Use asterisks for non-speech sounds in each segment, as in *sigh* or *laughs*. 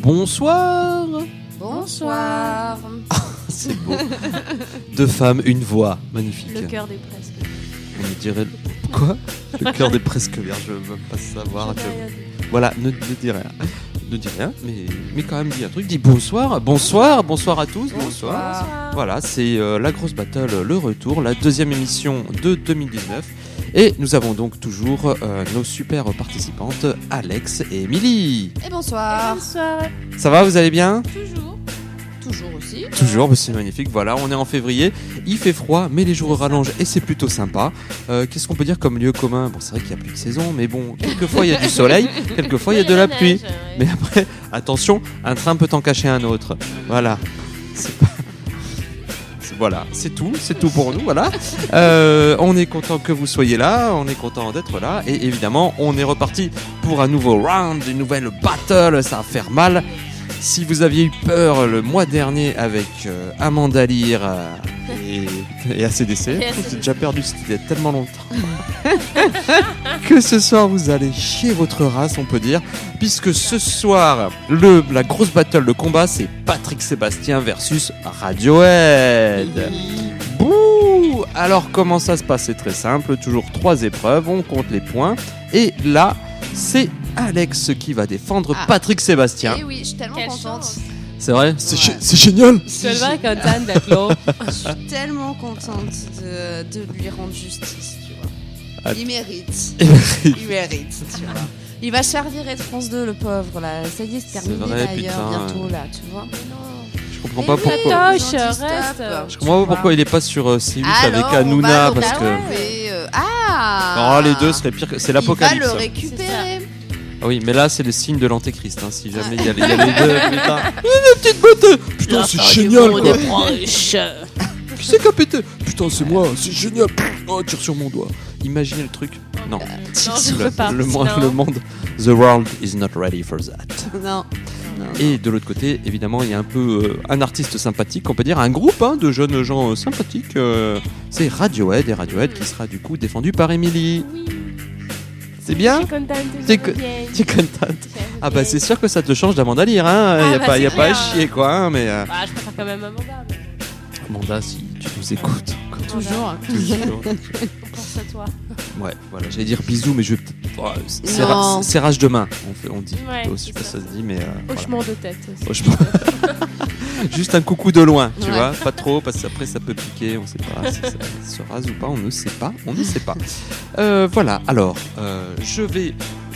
Bonsoir Bonsoir. C'est beau. Deux femmes, une voix. Magnifique. Le cœur des presque. On dirait... le- Quoi Le cœur des presque vierges, je veux pas savoir. que- Voilà, ne, ne dis rien. Ne dis rien, mais, mais quand même dis un truc. Dis bonsoir, bonsoir, bonsoir à tous, bonsoir. Voilà, c'est euh, la grosse battle, le retour, la deuxième émission de 2019. Et nous avons donc toujours euh, nos super participantes Alex et Émilie. Et bonsoir. Bonsoir. Ça va, vous allez bien Toujours. Toujours aussi. Toujours, bah, c'est magnifique. Voilà, on est en février, il fait froid, mais les jours rallongent et c'est plutôt sympa. Euh, Qu'est-ce qu'on peut dire comme lieu commun Bon, c'est vrai qu'il n'y a plus de saison, mais bon, quelquefois il y a du *laughs* soleil, quelquefois il y a de la pluie. euh, Mais après, attention, un train peut en cacher un autre. Voilà. C'est pas- c'est- Voilà, c'est tout, c'est tout pour nous. Voilà, Euh, on est content que vous soyez là, on est content d'être là, et évidemment, on est reparti pour un nouveau round, une nouvelle battle. Ça va faire mal. Si vous aviez eu peur le mois dernier avec euh, Amanda Lear euh, et, et ACDC, Et ACDC. j'ai déjà perdu cette idée tellement longtemps *laughs* que ce soir vous allez chier votre race, on peut dire puisque ce soir, le, la grosse battle de combat, c'est Patrick Sébastien versus Radiohead. Bouh Alors comment ça se passe C'est très simple, toujours trois épreuves, on compte les points, et là, c'est Alex qui va défendre Ah. Patrick Sébastien. Et oui, je suis tellement Quelle contente. chance. C'est vrai C'est Ouais. gé- c'est génial Je *laughs* contente d'être *laughs* là. suis tellement contente de, de lui rendre justice, tu vois. Ah. Il mérite. Il mérite. Il mérite, tu vois. Il va se faire virer de France 2, le pauvre, là. Ça y est, c'est C'est terminé vrai, d'ailleurs, putain. bientôt, là, tu vois. Je comprends Eh pas pourquoi. Patoche, Gentil stop. reste. Je comprends pas pourquoi il est pas sur euh, C8 avec Hanouna parce que. Ah Oh, les deux seraient pires que. C'est Il va le l'apocalypse. hein. récupérer. Ah oui, mais là, c'est le signe de l'antéchrist. hein, si Ah. jamais il y, a les- il y a les *laughs* deux, putain. Ah, Putain, c'est génial, quoi. Qui c'est qui a pété Putain, c'est moi, c'est génial. Oh, tire sur mon doigt. Imaginez le truc. Non. Non, je le, peux pas. le monde, Non. le monde. The world is not ready for that. Non. Et de l'autre côté, évidemment, il y a un peu euh, un artiste sympathique, on peut dire un groupe hein, de jeunes gens euh, sympathiques. euh, c'est Radiohead et Radiohead qui sera du coup défendu par Emily. Oui. C'est bien Je suis contente. T'es C'est co- T'es contente Ah bah c'est sûr que ça te change d'Amanda Lear, hein. Ah y a bah, pas, y a c'est pas à clair. chier quoi, hein, mais euh, Bah, je préfère quand même Amanda. mais Amanda, si tu nous écoutes. Toujours. Toujours. On pense à toi. *laughs* Ouais, voilà, j'allais dire bisous, mais je vais peut-être. Oh, c'est- c'est Non. ra- c'est rage demain, on, fait, on dit. Ouais, Oh, plutôt, je sais c'est pas si ça. ça se dit, mais. euh, voilà. Hochement de tête. aussi. Hochement. *laughs* Juste un coucou de loin, tu Ouais. vois, pas trop, parce qu'après ça peut piquer, on sait pas si ça se rase ou pas, on ne sait pas, on ne sait pas. Euh, voilà, alors, euh, je vais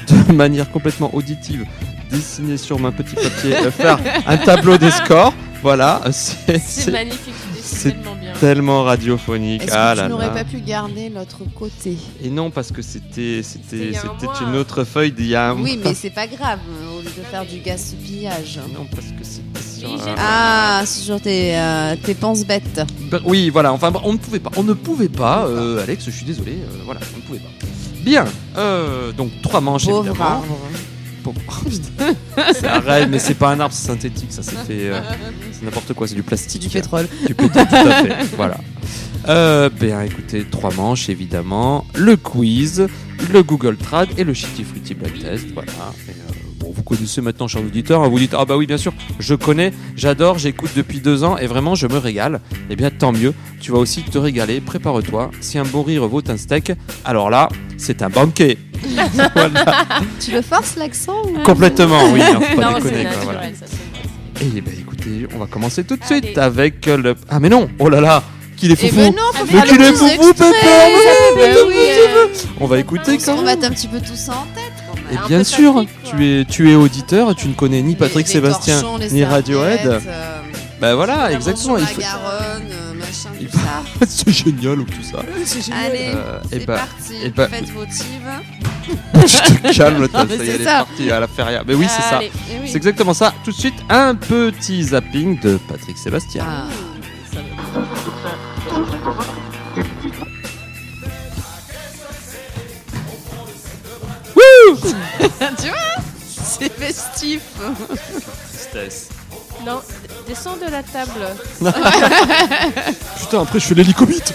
de *laughs* manière complètement auditive dessiner sur mon petit papier, euh, faire un tableau des scores. Voilà, *laughs* euh, c'est C'est c'est magnifique. tu dessines c'est tellement bien. tellement radiophonique. Est-ce Ah que là tu n'aurais là. pas pu garder l'autre côté Et non, parce que c'était c'était il y a un c'était mois. une autre feuille d'il y a un Oui, *laughs* mais c'est pas grave, au lieu de faire du gaspillage. Non, parce que c'était sur. Oui, un- j'ai- Ah, c'est sur tes, euh, tes penses bêtes. Bah, Oui, voilà, enfin, on ne pouvait pas. On ne pouvait pas, euh, Alex, je suis désolé, euh, voilà, on ne pouvait pas. Bien, euh, donc trois manches Pauvre évidemment. arbre. Pauvre arbre, putain. *laughs* c'est un rêve, mais c'est pas un arbre c'est synthétique, ça c'est fait. euh, c'est n'importe quoi, c'est du plastique. Du pétrole. Du pétrole, tout à fait. *laughs* Voilà. Euh, bien, écoutez, trois manches évidemment, le quiz, le Google Trad et le Shitty Fruity Black Test. Voilà. Et, euh, bon, vous connaissez maintenant, chers auditeurs, hein, vous dites Ah bah oui, bien sûr, je connais, j'adore, j'écoute depuis deux ans et vraiment je me régale. Eh bien, tant mieux, tu vas aussi te régaler, prépare-toi. Si un bon rire vaut un steak, alors là, c'est un *laughs* banquet. Voilà. Tu le forces l'accent ou Complètement, oui, hein, faut pas Non, déconner, c'est quoi, voilà. naturel. ça, c'est vrai. Eh ben écoutez, on va commencer tout de suite Allez. avec le. Ah mais non Oh là là Qu'il est Eh foufou ben non, faut Ah, Mais faire qu'il le est petit foufou, extrait. pépère. Ben oui, euh, On va écouter on se quand même remette un petit peu tout ça en tête quand même. Et un bien peu sûr, sympathique, quoi. tu es, tu es auditeur, tu ne connais ni Les- Patrick les Sébastien, torchons, les ni Radiohead. serviettes, euh, Ben voilà, la exactement. Manche il faut- de La Garonne, euh, machin, Il tout ça. C'est *laughs* génial ou tout ça. *laughs* Allez, Euh, eh c'est ben, parti. eh ben- Faites vos tives. tu te calmes, toi, mais ça y est, c'est elle est ça. partie à la feria. Mais oui, c'est ça. Allez. Eh oui. C'est exactement ça. Tout de suite, un petit zapping de Patrick Sébastien. Ah, *laughs* ça va. tu vois C'est festif. Tristesse. Non, descends de la table. *laughs* Putain, après, je fais l'hélicobite.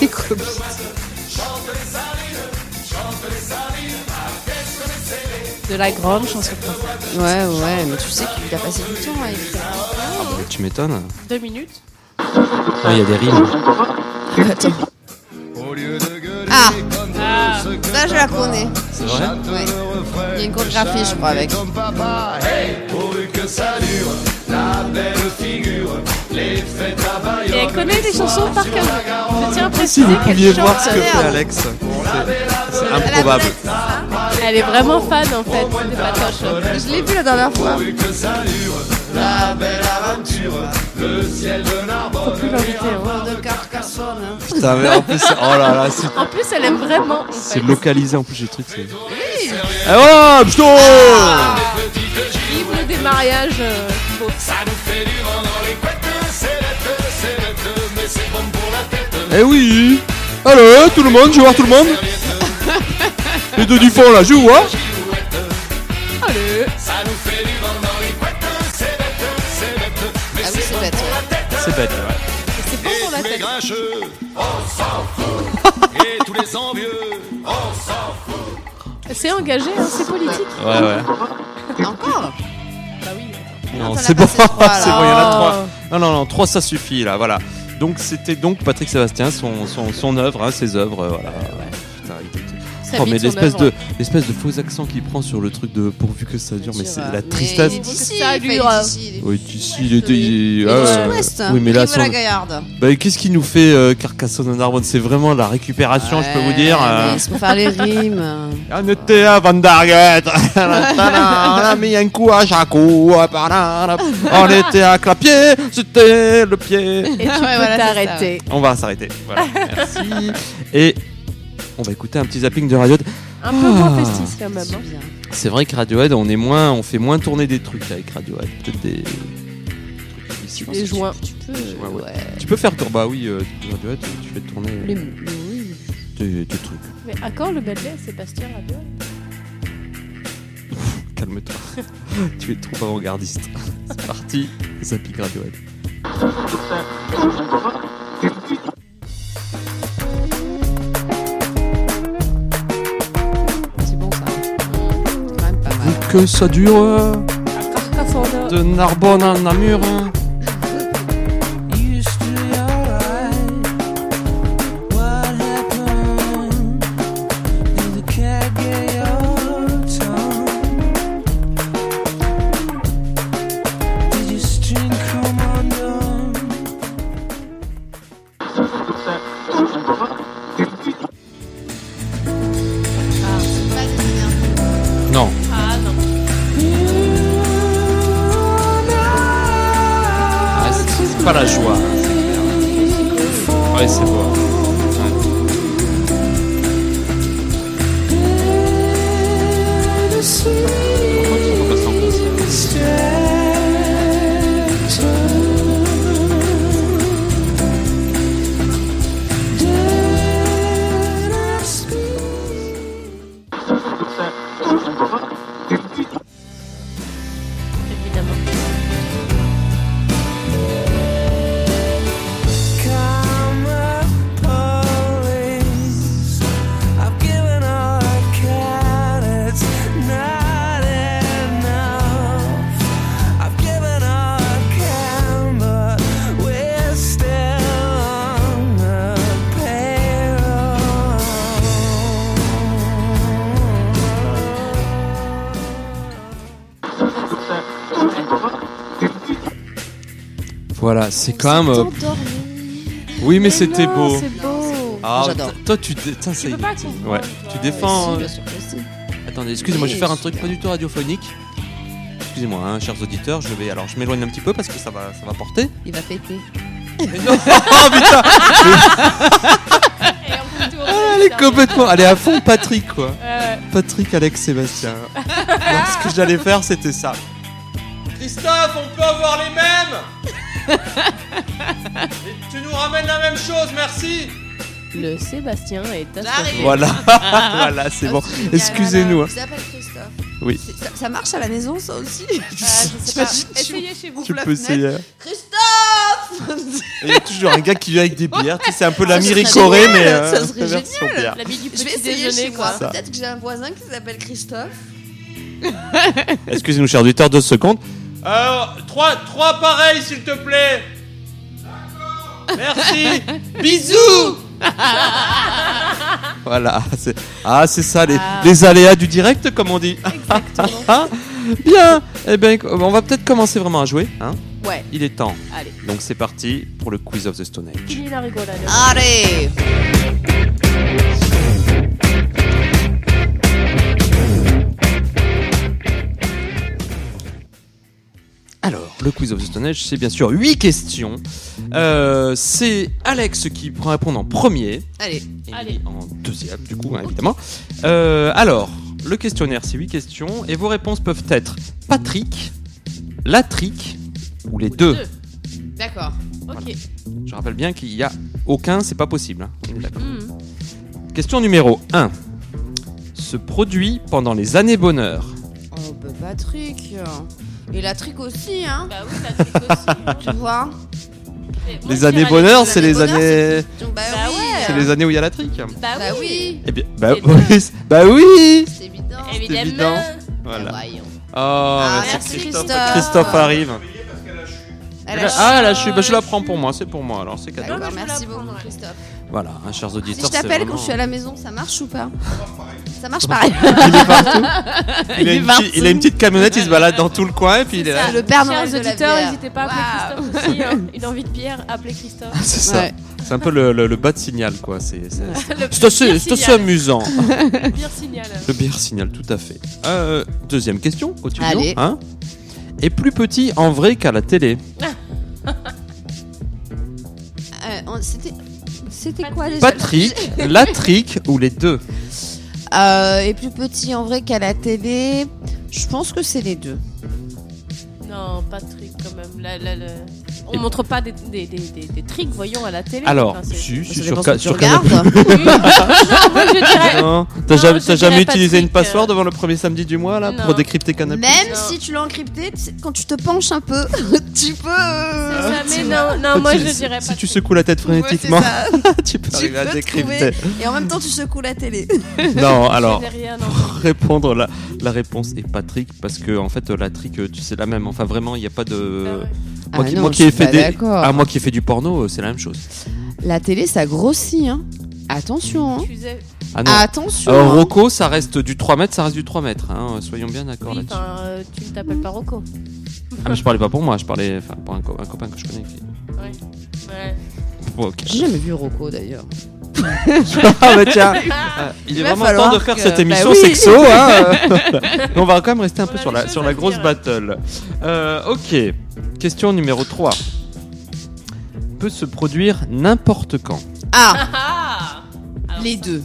T'es copies. de la grande chanson française. Ouais, ouais, mais tu sais qu'il a passé du temps à écrire. Mais tu m'étonnes. Deux minutes. Non, Il y a des rimes. Attends. Ah, Ah, ça je la connais. C'est vrai Ouais. Il y a une chorégraphie, je crois, avec. et elle connaît les chansons par cœur. Je tiens à Si préciser vous qu'elle pouviez chante. voir ce que fait merde. Alex, c'est- c'est Elle a improbable. fait ça. Elle est vraiment fan en fait de Patoche. Je l'ai vu la dernière fois. Faut plus l'inviter. hein. De Carcassonne. hein. Putain, mais en plus, oh là là, c'est- En plus, elle aime vraiment. en c'est fait. localisé en plus le truc. c'est- Eh ouais, putain Vive le démarriage. euh, beau. Eh oui Allô, tout le monde, je vois tout le *laughs* monde Les deux du fond là, je vois Allez. Ah oui, c'est bête. ouais. C'est bête, ouais. C'est bon pour la tête. C'est engagé, hein, c'est politique. Ouais, ouais. Encore Bah oui. Non, Attends, c'est bon, c'est on a passé bon, trois, là. Ah. il y en a Oh. trois. Non, non, non, trois, ça suffit là, voilà. Donc c'était donc Patrick Sébastien, son, son, son œuvre, hein, ses œuvres, euh, voilà. Putain, il était- Très Oh, vite, mais son l'espèce œuvre. de, l'espèce de faux accent qu'il prend sur le truc de pourvu que ça dure, mais c'est la Mais tristesse. bah Il est d'ici, il Ça est dure. d'ici, il est- Oui, d'ici, il était. il- Il est ah, du ouais. sud-ouest. Oui, mais là, Rive la sans- Gaillarde. Bah, qu'est-ce qui nous fait euh, Carcassonne en Narbonne C'est vraiment la récupération, je peux vous dire. euh. Ouais, C'est pour *laughs* faire les rimes. On était à Van *laughs* Darget, on a mis un coup à chaque coup, *laughs* on était à clapier, c'était le pied. Et tu peux Ah Ouais, voilà, c'est ça, t'arrêter. On va s'arrêter. Voilà, merci. Et on va écouter un petit zapping de Radiohead. Un peu moins Ah. festif quand même. C'est hein. bien. C'est vrai que Radiohead, on est moins, on fait moins tourner des trucs avec Radiohead. Peut-être des trucs ici. Les joints. Tu peux. Ouais, ouais. Ouais. Tu peux faire tourner. Bah oui, euh, Radiohead, tu fais tourner euh, Les mots, oui. des, des trucs. Mais à quand le ballet Sébastien Radio Calme-toi. *laughs* tu es trop avant-gardiste. C'est parti. Zapping Radiohead. C'est bon ça. C'est quand même pas mal. Que ça dure euh, Carcassonne. de Narbonne à Namur. hein. Non. Ah non. Ah, c'est- c'est pas la joie. hein, c'est clair. Ouais, c'est beau. Ouais. Évidemment. Voilà, c'est quand même. euh, Endormi. Oui, mais c'était beau. C'est beau. Ah, J'adore. Toi, tu. dé- Tiens, ça Tu y peux est. pas comprendre. Ouais. toi. Tu défends. Mais euh, si, bien sûr que si. Attendez, excusez-moi, je vais faire un Oui, truc pas super. du tout radiophonique. Excusez-moi, hein, chers auditeurs, je vais. Alors, je m'éloigne un petit peu parce que ça va, ça va porter. Il va péter. Oh putain Et on retourne. Elle est complètement. Elle est à fond, Patrick, quoi. Euh, Patrick, Alex, *laughs* Sébastien. Alors, ce que j'allais faire, c'était ça. Christophe, on peut avoir les mêmes Et Tu nous ramènes la même chose, merci Le Sébastien est à *laughs* J'arrive. Voilà, voilà, c'est Ah, bon. Excusez-nous. hein. Il s'appelle Christophe. Oui. C'est- Ça, ça marche à la maison, ça aussi T'imagines, tu- Essayez chez vous. Tu la peux fenêtre. essayer. Christophe Il y a toujours un gars qui vient avec des bières. tu sais, C'est un peu la Ah, Ça serait mi-ricorée, génial, mais. euh, ça serait version bière. La bille Je du vais petit essayer déjeuner, chez quoi. moi. Ça. Peut-être que j'ai un voisin qui s'appelle Christophe. Excusez-nous, cher auditeur, deux secondes. Alors, trois, trois pareils, s'il te plaît. Merci. Bisous. *laughs* voilà. c'est- Ah, c'est ça, les, Ah. les aléas du direct, comme on dit. Ah, *laughs* bien. Eh bien, on va peut-être commencer vraiment à jouer. Hein Ouais. Il est temps. Allez. Donc, c'est parti pour le Quiz of the Stone Age. Fini la rigolade. Ah, Allez Alors, le quiz of the Stone Age, c'est bien sûr 8 questions. Euh, c'est Alex qui prend répondre en premier. Allez, Et Allez. En deuxième, du coup, hein, évidemment. Euh, alors, le questionnaire, c'est 8 questions. Et vos réponses peuvent être Patrick, Latrick ou les deux. d'accord. Ok. Je rappelle bien qu'il y a aucun, c'est pas possible. hein. On est d'accord. Hmm. Question numéro 1. Se produit pendant les années bonheur. Oh, bah, Patrick. Et la trick aussi, hein Bah oui, la *laughs* trick aussi. Tu Ah. vois Mais moi, Les je années dirais bonheur, les c'est années les bonheur, années. Donc, bah, Bah oui. ouais. C'est les années où il y a la trick. Bah, Bah oui, Eh bien, bah, Et deux. oui, c'est- bah oui c'est évident. oui. Évidemment. évident. Voilà. Voyons. Oh, bah, c'est Ah, merci Christophe. Christophe. Christophe arrive. Elle a ah, là, je, suis- bah, je la prends pour moi, c'est pour moi, alors c'est cadeau. D'accord, Non, mais je merci la prends, beaucoup ouais. Christophe. Voilà, hein, chers Si auditeurs. je t'appelle c'est quand *laughs* je suis à vraiment- la maison, ça marche ou pas Ça marche pareil. *laughs* il, a une partout. petite- il a une petite camionnette, il se balade dans tout le coin, et puis il est là. C'est le Père Noël Chers de la auditeurs, bière. n'hésitez pas à appeler Christophe aussi. hein. Une envie de bière, appelez Christophe. *laughs* C'est ça. Ouais. C'est un peu le, le- le bas de signal, quoi. C'est c'est- *laughs* Le c'est assez, pire c'est assez signal. amusant. Ah, Pire signal. Le bière signal, tout à fait. Euh, deuxième question, au tuyau, Allez. hein. Et plus petit en vrai qu'à la télé. Euh, on- C'était. C'était quoi déjà Patrick, *laughs* Latrick ou les deux Euh, Et plus petit en vrai qu'à la télé. Je pense que c'est les deux. Non, pas de trick quand même. Là, là, là. On Et- montre pas des, des, des, des, des tricks, voyons, à la télé. Alors, Enfin, c'est- si, Ça si, sur, dépend ce que ca- tu sur Canal+. regardes. Moi, je dirais. *laughs* Non, t'as Non, jamais, je t'as jamais dirais utilisé une Patrick, euh. passoire devant le premier samedi du mois là pour Non. décrypter Canal+. Même Non. si tu l'as encrypté, tu sais, quand tu te penches un peu, *laughs* tu peux. euh, Ça, mais tu non, non, moi Si- je si- dirais pas. Si tu trick. secoues la tête vois. Ouais, frénétiquement, c'est ça. tu peux Tu arriver à peux décrypter. Et en même temps, tu secoues la télé. *laughs* *laughs* Non, Je alors dirais rien, non. répondre la, la réponse est Patrick parce que en fait la trick euh, tu sais la même. Enfin vraiment, il n'y a pas de Bah ouais. Moi qui- moi qui ai fait des- Ah, moi qui ai fait du porno, euh, c'est la même chose. La télé, ça grossit, hein. Attention, hein. Tu faisais- Ah non. Attention. Euh, hein. Rocco, ça reste du 3 mètres, ça reste du 3 mètres. hein, soyons bien d'accord Oui, là-dessus. enfin, euh, tu ne t'appelles pas Rocco. Ah, mais je parlais pas pour moi, je parlais enfin, pour un, co- un copain que je connais. qui- Ouais. Ouais. *laughs* Bon, ok. J'ai jamais vu Rocco d'ailleurs. Ah bah *laughs* tiens, euh, il est va vraiment falloir temps de faire que- cette bah émission oui. sexo. Hein, euh, voilà. Mais on va quand même rester un On peu a sur des la, choses sur à la se grosse dire. battle. Euh, ok, question numéro 3. Peut se produire n'importe quand. Ah, Ah Alors, *laughs* les deux.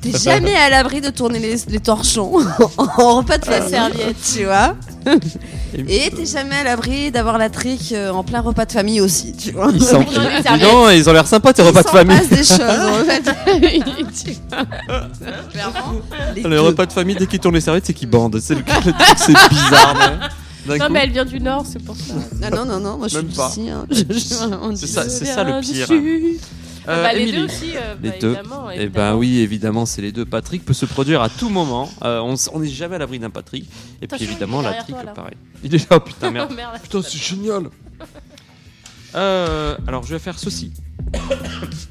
T'es jamais à l'abri de tourner les, les torchons *laughs* en repas de Ah, la serviette, tu vois. Et t'es jamais à l'abri d'avoir la trique euh, en plein repas de famille aussi, tu vois. Ils s'en Ils ont des Dis serviettes. donc, ils ont l'air sympas tes Il repas de s'en famille. passe des *laughs* choses en fait. Clairement, les Les deux. repas de famille, dès qu'ils tournent les serviettes, c'est qu'ils bandent. C'est le, le truc, c'est bizarre. mais- d'un *laughs* Non, coup. mais elle vient du Nord, c'est pour ça. Ah non, non, non, moi je suis Même pas. d'ici. hein. *laughs* C'est ça, Je c'est ça le viens pire. du Sud. Euh, bah, les Émilie. deux aussi, euh, Les bah, deux. évidemment. Eh ben évidemment. oui, évidemment, c'est les deux. Patrick peut se produire à tout moment. Euh, on s- on n'est jamais à l'abri d'un Patrick. Et puis Attention, évidemment, il est la derrière trique, toi, là. pareil. Il est là, oh putain, *laughs* merde. Merde. Putain, c'est génial. Euh, alors, je vais faire ceci.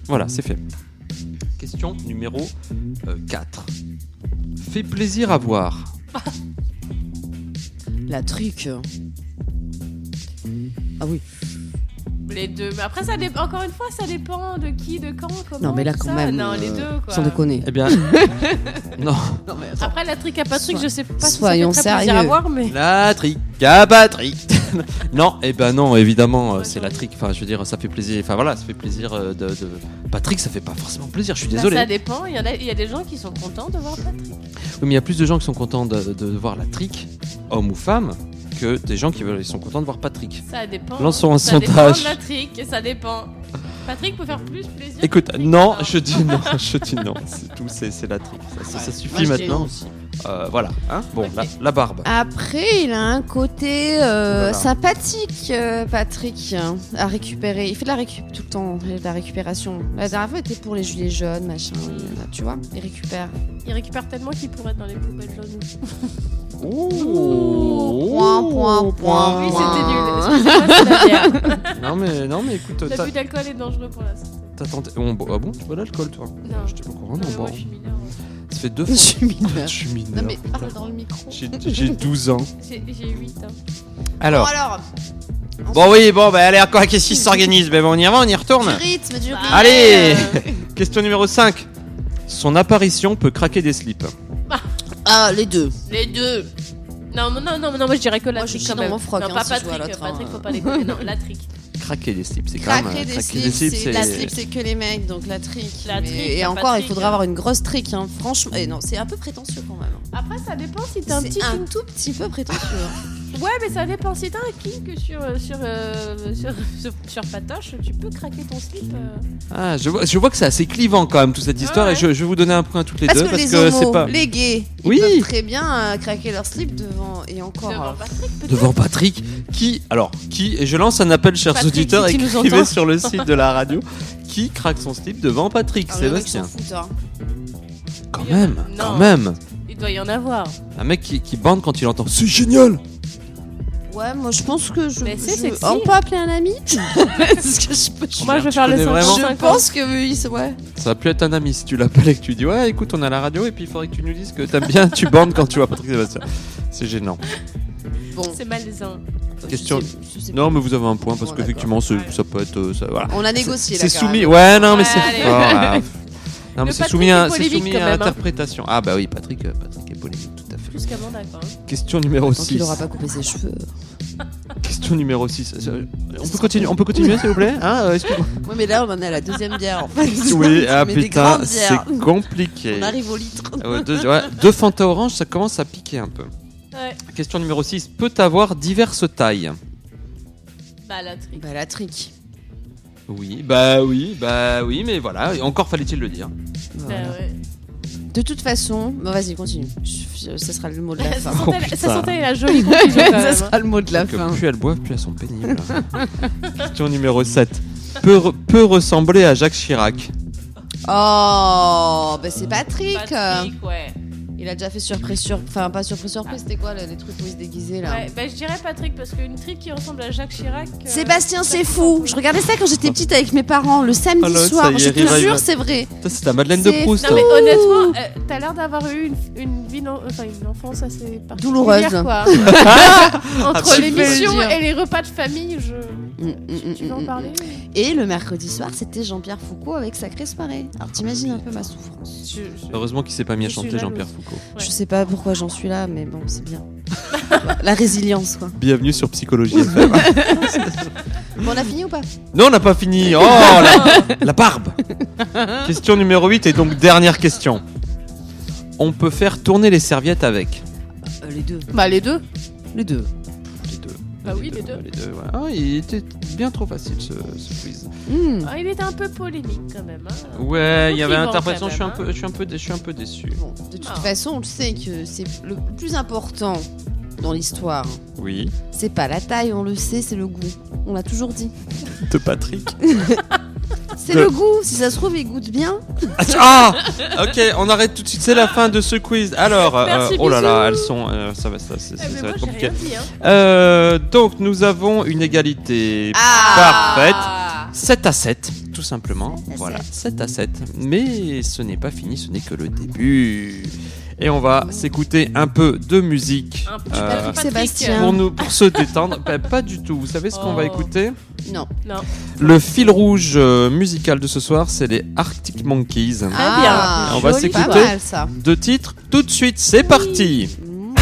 voilà, c'est fait. Question numéro 4. Fait plaisir à voir. La truc. Ah oui. Les deux. Mais après, ça dépend. Encore une fois, ça dépend de qui, de quand, comment. Non mais là tout quand ça. même. Non, euh, les deux, quoi. Sans déconner. Eh bien, *laughs* non. Non mais Après, la trick à Patrick, Sois- je sais pas si soyons ça fait très plaisir sérieux. à voir, mais. La trique à Patrick. *laughs* non, eh ben non, évidemment, euh, c'est la trique. Enfin, je veux dire, ça fait plaisir. Enfin voilà, ça fait plaisir euh, de, de- Patrick, ça fait pas forcément plaisir. Je suis Bah, désolé. ça dépend. Il y, en a, il y a des gens qui sont contents de voir Patrick. Oui, mais il y a plus de gens qui sont contents de, de voir la trique, homme ou femme, que des gens qui veulent- ils sont contents de voir Patrick. Ça dépend. Lançons un ça dépend sondage. de la trick. Ça dépend. Patrick peut faire plus plaisir. Écoute, que Patrick, hein. non, alors. je dis non, *laughs* je dis non. C'est tout, c'est c'est la trique. Ça, ça- ça suffit Moi, je dis maintenant. Ah, non Euh, voilà, hein Bon, Ok. la, la barbe. Après, il a un côté euh, Voilà. sympathique, euh, Patrick, hein, à récupérer. Il fait de la récup tout le temps, de la récupération. La dernière fois, il était pour les gilets jaunes, machin. il- Tu vois, il récupère. Il récupère tellement qu'il pourrait être dans les poubelles jaunes. Ouh, Point, point, point. Oui, Ouah. c'était Ah. nul. Excusez-moi, c'est la *laughs* bière. Non mais, non mais écoute, t'as L'abus d'alcool est dangereux pour la santé. t'as tenté. on bo- ah bon, tu bois de l'alcool toi Non. Ah J'étais pas au courant, Non, Oh, non, mais bon. moi, je suis mineure. hein. Ça fait deux Je fois. suis Je mineure. suis Non, mineur. mais parle dans le micro. J'ai j'ai 12 ans. J'ai j'ai hein. 8 ans. Bon, Alors. alors, Bon oui, bon bah allez encore qu'est-ce qui s'organise Mais bon, on y va, on y retourne. du rythme, du rythme. Allez *laughs* Question numéro 5. Son apparition peut craquer des slips. Ah, les deux. Les deux non, non, non, non, non, moi je dirais que la Moi, je trique chie quand dans même. mon froc, non, hein, pas si je vois Patrick, l'autre, hein. Patrick, faut pas les déconner. Non, la trique. Craquer des slips, c'est quand même Craquer euh, des slips, c'est- la slip, c'est c'est que les mecs, donc la trick. La Mais- trick, et la encore, il Patrick, faudra hein. avoir une grosse trick, hein. franchement. Et non, c'est un peu prétentieux quand même. Après, ça dépend si C'est t'es un petit. un tout petit peu *laughs* prétentieux. hein. Ouais, mais ça dépend si t'as un kink sur, euh, sur, euh, sur, sur, sur Patoche, tu peux craquer ton slip. euh. Ah, je vois, je vois que c'est assez clivant quand même toute cette histoire Ouais. et je, je vais vous donner un point toutes les parce deux que parce les que c'est homos, pas les gays, Oui. ils peuvent très bien euh, craquer leur slip devant et encore. Devant euh, Patrick, peut-être. devant Patrick qui alors qui et je lance un appel chers Patrick, auditeurs si tu nous écrivez entends. sur le site de la radio qui craque son slip devant Patrick ah, les mecs Sébastien. s'en foutent, hein. Quand Il y en a- même, Non. quand même. Il doit y en avoir. Un mec qui, qui bande quand il entend c'est génial. Ouais, moi je pense que je. Mais c'est je- sexy. On peut appeler un ami Parce que je, je- Moi, je vais tu faire le connais vraiment 55 je pense que oui, c'est ouais. Ça va plus être un ami si tu l'appelles et que tu dis ouais écoute on a la radio et puis il faudrait que tu nous dises que t'aimes bien tu bandes quand tu vois Patrick Sébastien. C'est gênant. Bon, C'est malaisant. Question- je sais- je sais Non pas. mais vous avez un point parce Bon, qu'effectivement ce- Ouais. ça peut être euh, ça, voilà. On a négocié là. C'est quand soumis. même. Ouais non mais Ouais, c'est allez. fort. là. Non mais Le c'est Patrick soumis est à c'est polémique, soumis quand à même, hein. interprétation. Ah bah oui Patrick euh, Patrick est polémique tout à fait. Plus qu'Amanda, quoi. hein. Question numéro Tant 6. qu'il aura pas coupé ses cheveux. Question numéro *laughs* 6. On peut continuer on peut continuer *laughs* s'il vous plaît hein euh, excuse-moi. Ouais, mais là on en est à la deuxième bière en fait. *laughs* *laughs* Oui ah Mais des putain grandes bières. c'est *laughs* compliqué. On arrive au litre. Euh, deux, *laughs* ouais, deux Fanta Orange ça commence à piquer un peu. Ouais. Question numéro 6 peut avoir diverses tailles. Bah, la trique. Bah la trick. Oui, bah oui, bah oui, mais voilà, et encore fallait-il le dire. Bah, ouais. De toute façon, bon vas-y continue. Je- je- ça sera le mot *laughs* de la ça, *laughs* fin. Oh, sentait, la- ça putain. sentait *laughs* la jolie conclusion, quand ça même. hein. sera le mot de la Que fin. plus elles boivent, plus elles sont *laughs* pénibles. Question numéro 7. Peut, re- peut ressembler à Jacques Chirac. Oh, bah c'est Patrick. euh. Patrick, ouais. Il a déjà fait surprise, sur... enfin pas surprise, surprise. C'était quoi là, les trucs où il se déguisait là Ouais, bah, je dirais Patrick parce qu'une trique qui ressemble à Jacques Chirac. euh, Sébastien, ça c'est fait fou. pas Je regardais ça quand j'étais petite avec mes parents le samedi Ah là, ça soir. y est, Je te revival. jure, c'est vrai. Ça, c'est ta Madeleine de C'est- Proust. Non mais Ouh. honnêtement, euh, t'as l'air d'avoir eu une, une vie, non- enfin une enfance assez particulière, Douloureuse. *laughs* quoi. Ah, Entre tu l'émission peux le dire. et les repas de famille, je. Mm, mm, mm, Tu veux mm, en mm. parler Et le mercredi soir, c'était Jean-Pierre Foucault avec Sacré Soirée. Alors t'imagines un peu ma souffrance. Je- je- Heureusement qu'il s'est pas mis à Je suis chanter jalouse. Jean-Pierre Foucault. Ouais. Je sais pas pourquoi j'en suis là, mais bon, c'est bien. *laughs* La résilience, quoi. Bienvenue sur Psychologie. *laughs* Bon, on a fini ou pas non, on n'a pas fini. *laughs* Oh, la, la barbe. Question numéro 8 et donc dernière question. On peut faire tourner les serviettes avec. Euh, Les deux. Bah les deux. Les deux. Les deux. Bah oui, les deux. ouais. Ah, il était bien trop facile ce, ce quiz. Hmm. Ah, il était un peu polémique quand même. hein. Ouais, il y avait Contrivant, interprétation, quand je suis un même, hein. peu, je suis un peu, dé- je suis un peu déçu. Bon, de toute Ah. façon, on le sait que c'est le plus important dans l'histoire. Oui. C'est pas la taille, on le sait, c'est le goût. On l'a toujours dit. De Patrick. C'est Le- le goût. Si ça se trouve, il goûte bien. ah *laughs* Ok, on arrête tout de suite, c'est la fin de ce quiz. Alors, euh, Merci, oh là là, elles bisous. sont. euh, ça va, ça, c'est- Eh, ça va mais moi être j'ai compliqué. rien dit. Hein. Euh, donc, nous avons une égalité Ah. 7 à 7, tout simplement. 7 à voilà, 7 à 7. Mais ce n'est pas fini, ce n'est que le début. Et on va s'écouter un peu de musique. Un peu euh, Patrick Sébastien. pour, nous, pour se *laughs* détendre, Bah, pas du tout. Vous savez ce qu'on va Oh. écouter Non. Non. Le fil rouge euh, musical de ce soir, c'est les Arctic Monkeys. Très Ah, bien. On va Joli, s'écouter. Pas mal ça. Deux titres, tout de suite, c'est parti Mm.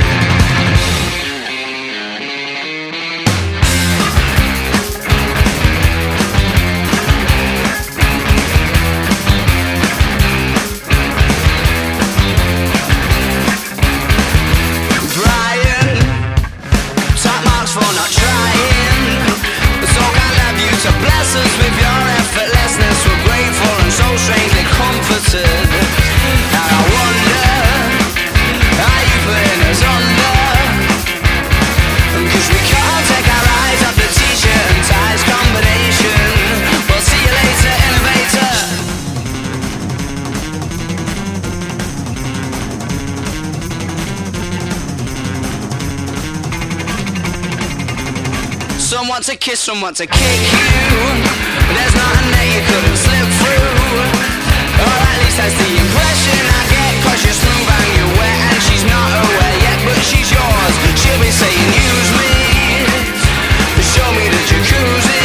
Thank want to kiss someone to kick you. There's nothing that you couldn't slip through. Or at least that's the impression I get. Cause you're smooth and you're wet, and she's not aware yet, but she's yours. She'll be saying, use me. Show me the jacuzzi.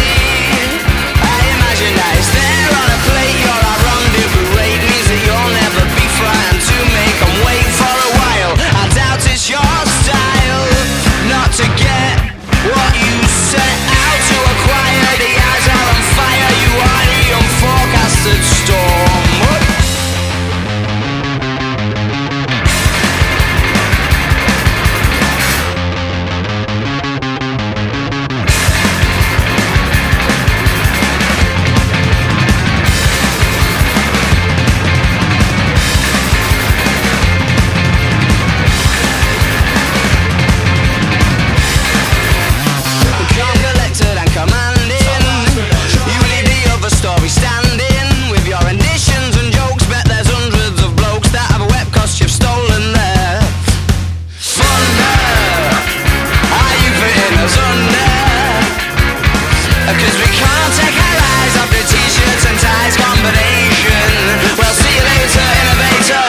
I imagine that it's there on a plate. You're our rendezvous rate. Means that you'll never be frightened to make 'em wait for a while. I doubt it's your style not to get what you set out to acquire. The eyes are on fire. You are the unforecasted storm. Come collected and commanding. You leave the other story standing with your renditions and jokes. Bet there's hundreds of blokes that have wept cause you've stolen their thunder. Are you putting us under? Cause we can't take our eyes off the t-shirts and ties combination. Well, see you later, innovator.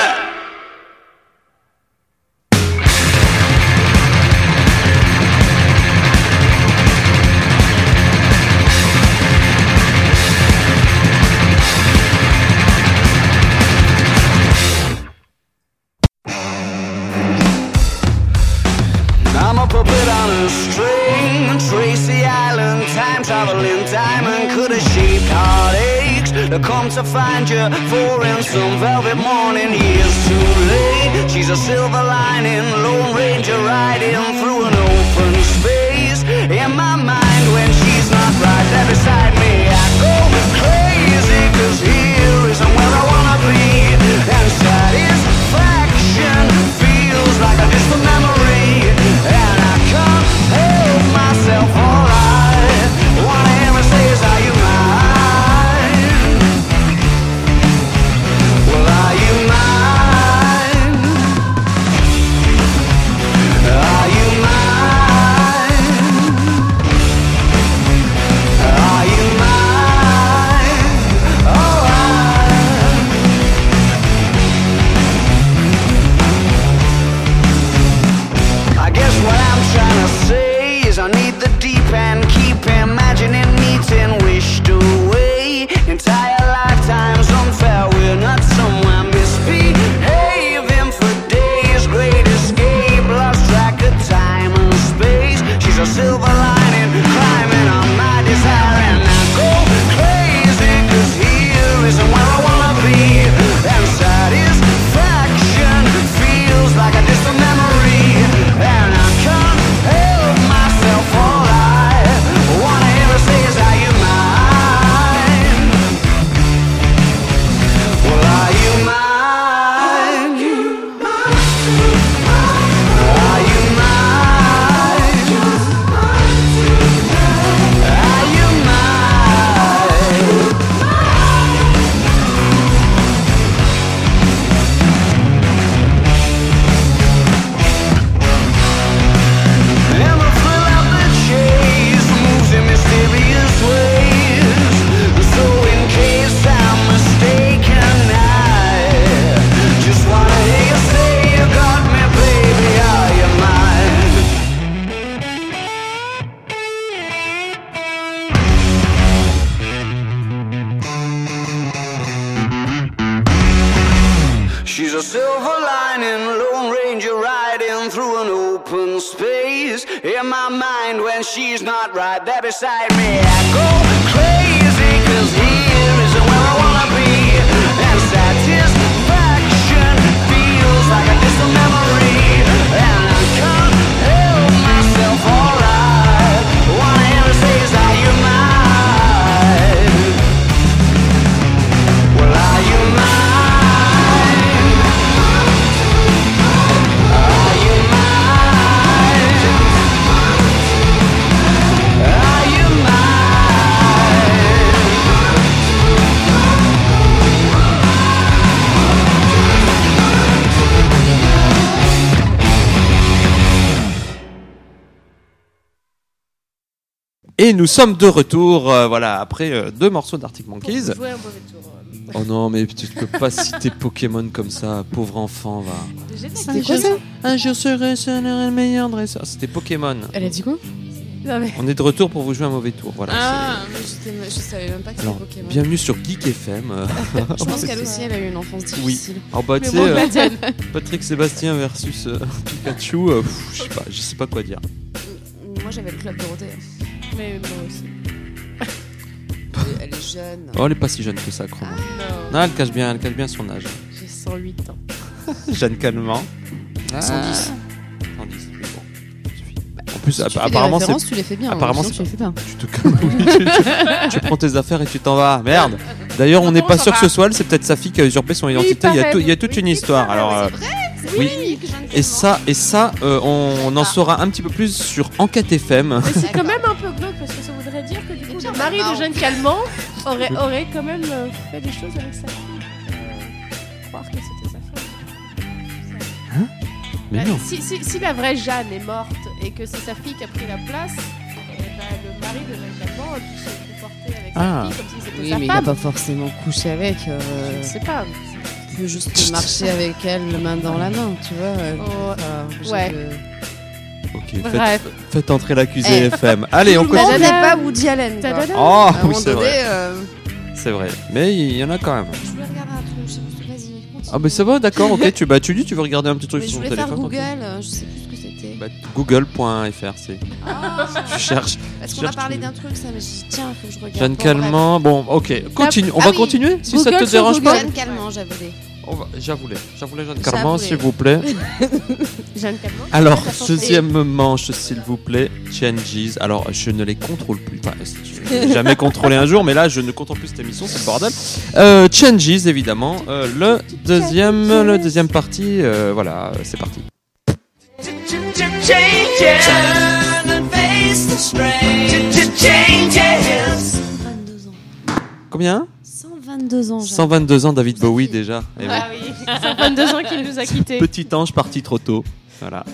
I'm a puppet on a string, Tracy Island, time traveling diamond, could have shaped heartaches. I come to find you, for in some velvet morning, years too late. She's a silver lining, Lone Ranger riding through an open space. In my mind, when she's not right there beside me, I go crazy, cause here isn't where I wanna be. And satisfaction feels like a distant memory. And I can't help myself, alright. What I ever say is, are you mine? Well, are you mine? Are you mine? Are you mine? Oh, Alright. I guess what I'm trying to say is I need the deep end. Keep imagining meeting, wished away. Entire lifetime's unfair. We're not somewhere misbehaving for days. Great escape, lost track of time and space. She's a silver lining, climbing on my desire. And I go crazy, cause here isn't where I wanna be. And satisfaction feels like a distant memory. And I can't help myself, all I wanna ever say is, Are you mine? Well, are you mine? Are you mine? Are you mine? And the thrill of the chase moves in mysterious ways. So in case I'm mistaken, I just wanna hear you say you got me, baby. Are you mine? She's a silver lining, Lone Ranger riding through an open space. In my mind, when she's not right there beside me, I go crazy, cause here isn't where I wanna be. And satisfaction feels like a distant memory. And I can't help myself, alright. Wanna hear her say, is that you mine? Well, are you mine? Are you mine? Are you mine? Et nous sommes de retour, euh, voilà, après euh, deux morceaux d'Arctic Monkeys. Jouer un mauvais tour. euh. Oh non, mais tu peux pas citer Pokémon comme ça, pauvre enfant, va. J'ai fait C'était quoi ça Un jour serai, serai le meilleur dresseur. C'était Pokémon. Elle a dit quoi Non, mais- On est de retour pour vous jouer un mauvais tour, voilà. Ah, mais j'étais- je savais même pas que c'était Alors, Pokémon. Bienvenue sur Geek FM. euh. Je pense qu'elle aussi, elle a eu une enfance Oui. difficile. Oh bah tu Mais sais, bon, euh, la tienne. Patrick Sébastien versus euh, Pikachu, euh, pff, je sais pas, je sais pas quoi dire. *laughs* Moi, j'avais le club Dorothée. hein. Mais moi aussi. Et Elle est jeune. Oh, elle est pas si jeune que ça, Chrome. Non, Non, elle cache bien, elle cache bien son âge. j'ai 108 ans. Jeanne Calment. Ah. 110. 110, mais bon, ça suffit. En plus, app- Bah, Tu fais des apparemment, c'est références, tu les fais hein, bien. apparemment, sinon, c'est tu les fais pas. Tu te calmes, oui. tu, tu- tu prends tes affaires et tu t'en vas. Merde. D'ailleurs, on n'est pas Comment ça sûr que ce va soit elle. C'est peut-être sa fille qui a usurpé son identité. Il y a, paraît, tout- il y a oui. toute une Oui, histoire. paraît, Alors, mais euh, oui. Et ça, et ça, euh, on, Ah. en saura un petit peu plus sur Enquête FM. Mais c'est quand même un peu glauque parce que ça voudrait dire que du coup, puis, le mari on a- de Jeanne Calment aurait, aurait quand même euh, fait des choses avec sa fille. Euh, croire que c'était sa femme. Mais Bah, non. Si, si- si la vraie Jeanne est morte et que c'est sa fille qui a pris la place, eh ben, le mari de euh, Jeanne Calment a pu se comporter avec Ah. sa fille comme si c'était Oui, sa mais il a femme. pas forcément couché avec. euh, Je ne sais pas. Il peut juste marcher avec elle, la main dans la main, tu vois. euh, Oh, pas obligé Ouais. de- Ok. Faites, Bref, faites entrer l'accusé Eh. FM. Allez, on Tout le continue. monde- On n'est pas Woody Allen. quoi. Ta-da-da. Oh, À un oui, moment c'est donné, vrai. euh, C'est vrai. Mais il y en a quand même. je voulais regarder un truc, je sais plus, vas-y. continue. Ah, mais ça va, d'accord. Ok. Tu, bah, tu dis, tu veux regarder un petit truc Mais je sur ton voulais faire téléphone. Google, tranquille. euh, je sais plus ce que c'était. hein. Ah, Bah, Google.fr, c'est. *laughs* Tu *laughs* cherches. Parce je qu'on a cherche parlé une- d'un truc, ça, mais j'ai dit, tiens, faut que je regarde. Jeanne Bon, bref. Calment. Bon, ok. Continue. On Ah va oui. continuer si ça Google te sur dérange pas. Google. Jeanne Calment, j'avoue. On va- J'avoue, les- j'avoue, les jeunes. J'avoue Carmen, les- s'il vous *laughs* plaît. Jeanne Calment. Alors, Ça change. deuxième manche, s'il vous plaît. Changes. Alors, je ne les contrôle plus. Enfin, je ne les ai jamais contrôlé un jour, mais là, je ne contrôle plus cette émission, c'est le bordel. Euh, changes, évidemment. Euh, le deuxième, le deuxième partie. euh, voilà, euh, c'est parti. Combien 122 ans, 122 ans, David Bowie déjà. Eh oui. Ah oui, ça fait 22 ans qu'il nous a quittés. Petit ange parti trop tôt. Voilà.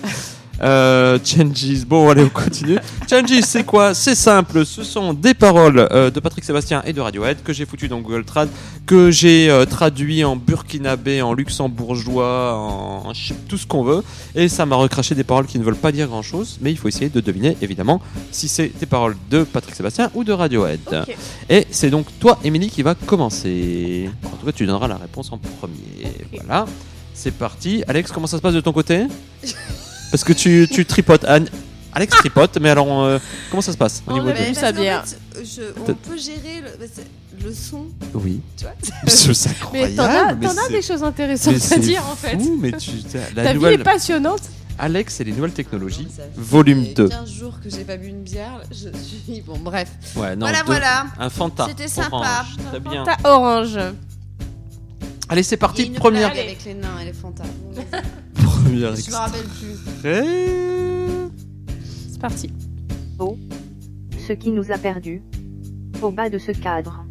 Euh, Changes, bon allez on continue. Changes c'est quoi C'est simple, ce sont des paroles euh, de Patrick Sébastien et de Radiohead que j'ai foutu dans Google Trad, que j'ai euh, traduit en burkinabé, en luxembourgeois, en, en ch- tout ce qu'on veut, et ça m'a recraché des paroles qui ne veulent pas dire grand chose, mais il faut essayer de deviner évidemment si c'est des paroles de Patrick Sébastien ou de Radiohead. Ok. Et c'est donc toi, Émilie, qui va commencer. En tout cas, tu donneras la réponse en premier. Voilà. C'est parti. Alex, comment ça se passe de ton côté Parce que tu, tu tripotes. Anne- Alex tripote, mais alors, euh, comment ça se passe au niveau Ouais, de... mais- sa bière. euh, on peut gérer le, bah, c'est- le son. Oui. Tu vois *laughs* C'est Mais t'en as, incroyable. t'en as c'est- des choses intéressantes mais à c'est dire en fait. fou, mais tu- la Ta vie nouvelle... est passionnante. Alex et les nouvelles technologies, Ça fait volume 2. 15 jours que j'ai pas bu une bière. Je suis. Bon, bref. Ouais, non, voilà, deux. voilà. Un Fanta. C'était sympa. orange. Très bien. Ta orange. Allez, c'est Il y a parti. une Première. blague avec les nains et les fantas. Première Je me rappelle plus. extrait. C'est parti. ce qui nous a perdus. Au bas de ce cadre.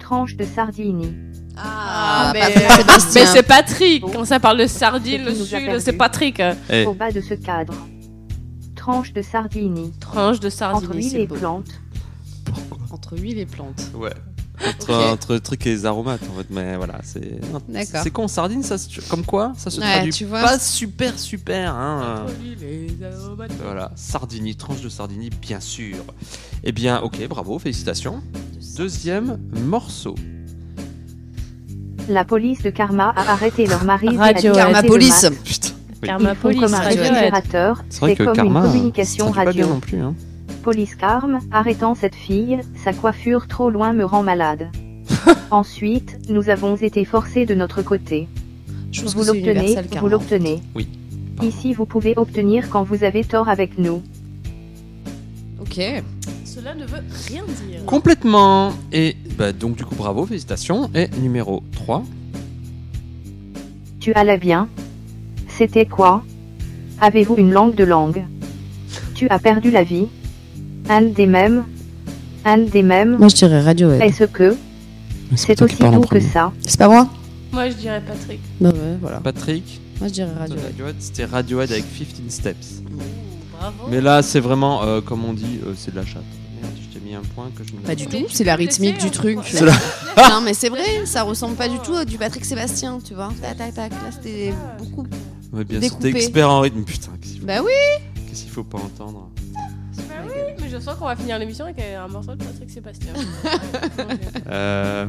Tranche de Sardini. Ah, mais, Patrick Sébastien. mais c'est Patrick. Quand ça parle de sardine, le sud, c'est Patrick. Eh. Au bas de ce cadre. Tranche de Sardini. Tranche de Entre sardine, huile c'est et beau. plantes. Entre huile et plantes. Ouais. Entre, Ok. entre trucs et les aromates en fait, mais voilà, c'est. non, D'accord. C'est con, sardine, ça, se- comme quoi, ça se Ouais, traduit tu vois. pas super super. Hein. Voilà, Sardini, tranche de Sardini, bien sûr. Eh bien, ok, bravo, félicitations. Deuxième morceau. La police de Karma a arrêté leur mari. et a Radio Karma dit Karma arrêtez le Police. masque. Putain. Karma Ils font Police, comme un Radio-Net. réfrigérateur, C'est vrai c'est que comme karma. une euh, communication ça se traduit pas bien radio. non plus. Hein. Police Carme, arrêtant cette fille, sa coiffure trop loin me *laughs* rend malade. Ensuite, nous avons été forcés de notre côté. Je pense que Vous c'est l'obtenez, Universal Karma. vous l'obtenez. Oui. Ici, vous pouvez obtenir quand vous avez tort avec nous. Ok. Cela ne veut rien dire. Complètement. Et bah, donc, du coup, bravo, félicitations. Et numéro 3. Tu allais bien C'était quoi Avez-vous une langue de langue Tu as perdu la vie Anne des mêmes Anne des mêmes Moi, je dirais Radio. Est-ce que c'est aussi doux que ça C'est pas moi Moi, je dirais Patrick. Bah ouais, voilà. Patrick, Moi, je dirais Radio. Radiohead, c'était Radiohead avec 15 Steps. Bravo. Mais là, c'est vraiment, euh, comme on dit, euh, c'est de la chatte. mis un point que je ne Pas du Mais tout, tu c'est la peux rythmique tester, du hein. truc. C'est la- Non, mais c'est vrai, ça ressemble pas du tout à du Patrick Sébastien, tu vois. Tac, tac, tac. Là, c'était beaucoup. Ouais, bien sûr, Découpé. t'es expert en rythme. Putain, qu'est-ce qu'il faut- Bah oui qu'est-ce qu'il faut pas entendre Bah oui, mais je sens qu'on va finir l'émission avec un morceau de Patrick Sébastien. Euh,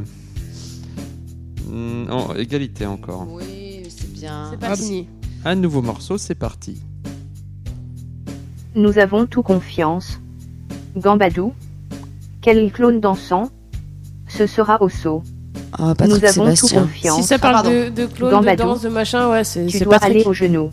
hmm, en- égalité encore. Oui, c'est bien. C'est pas fini. Un nouveau morceau, c'est parti. Nous avons tout confiance. Gambadou. Quel clone dansant Ce sera Osso. Ah, Nous Patrick avons tout Sébastien. confiance. Si ça Ah, parle pardon. de, de clone, de Gambado. danse, de machin, ouais, c'est Tu c'est dois aller Patrick. au genou.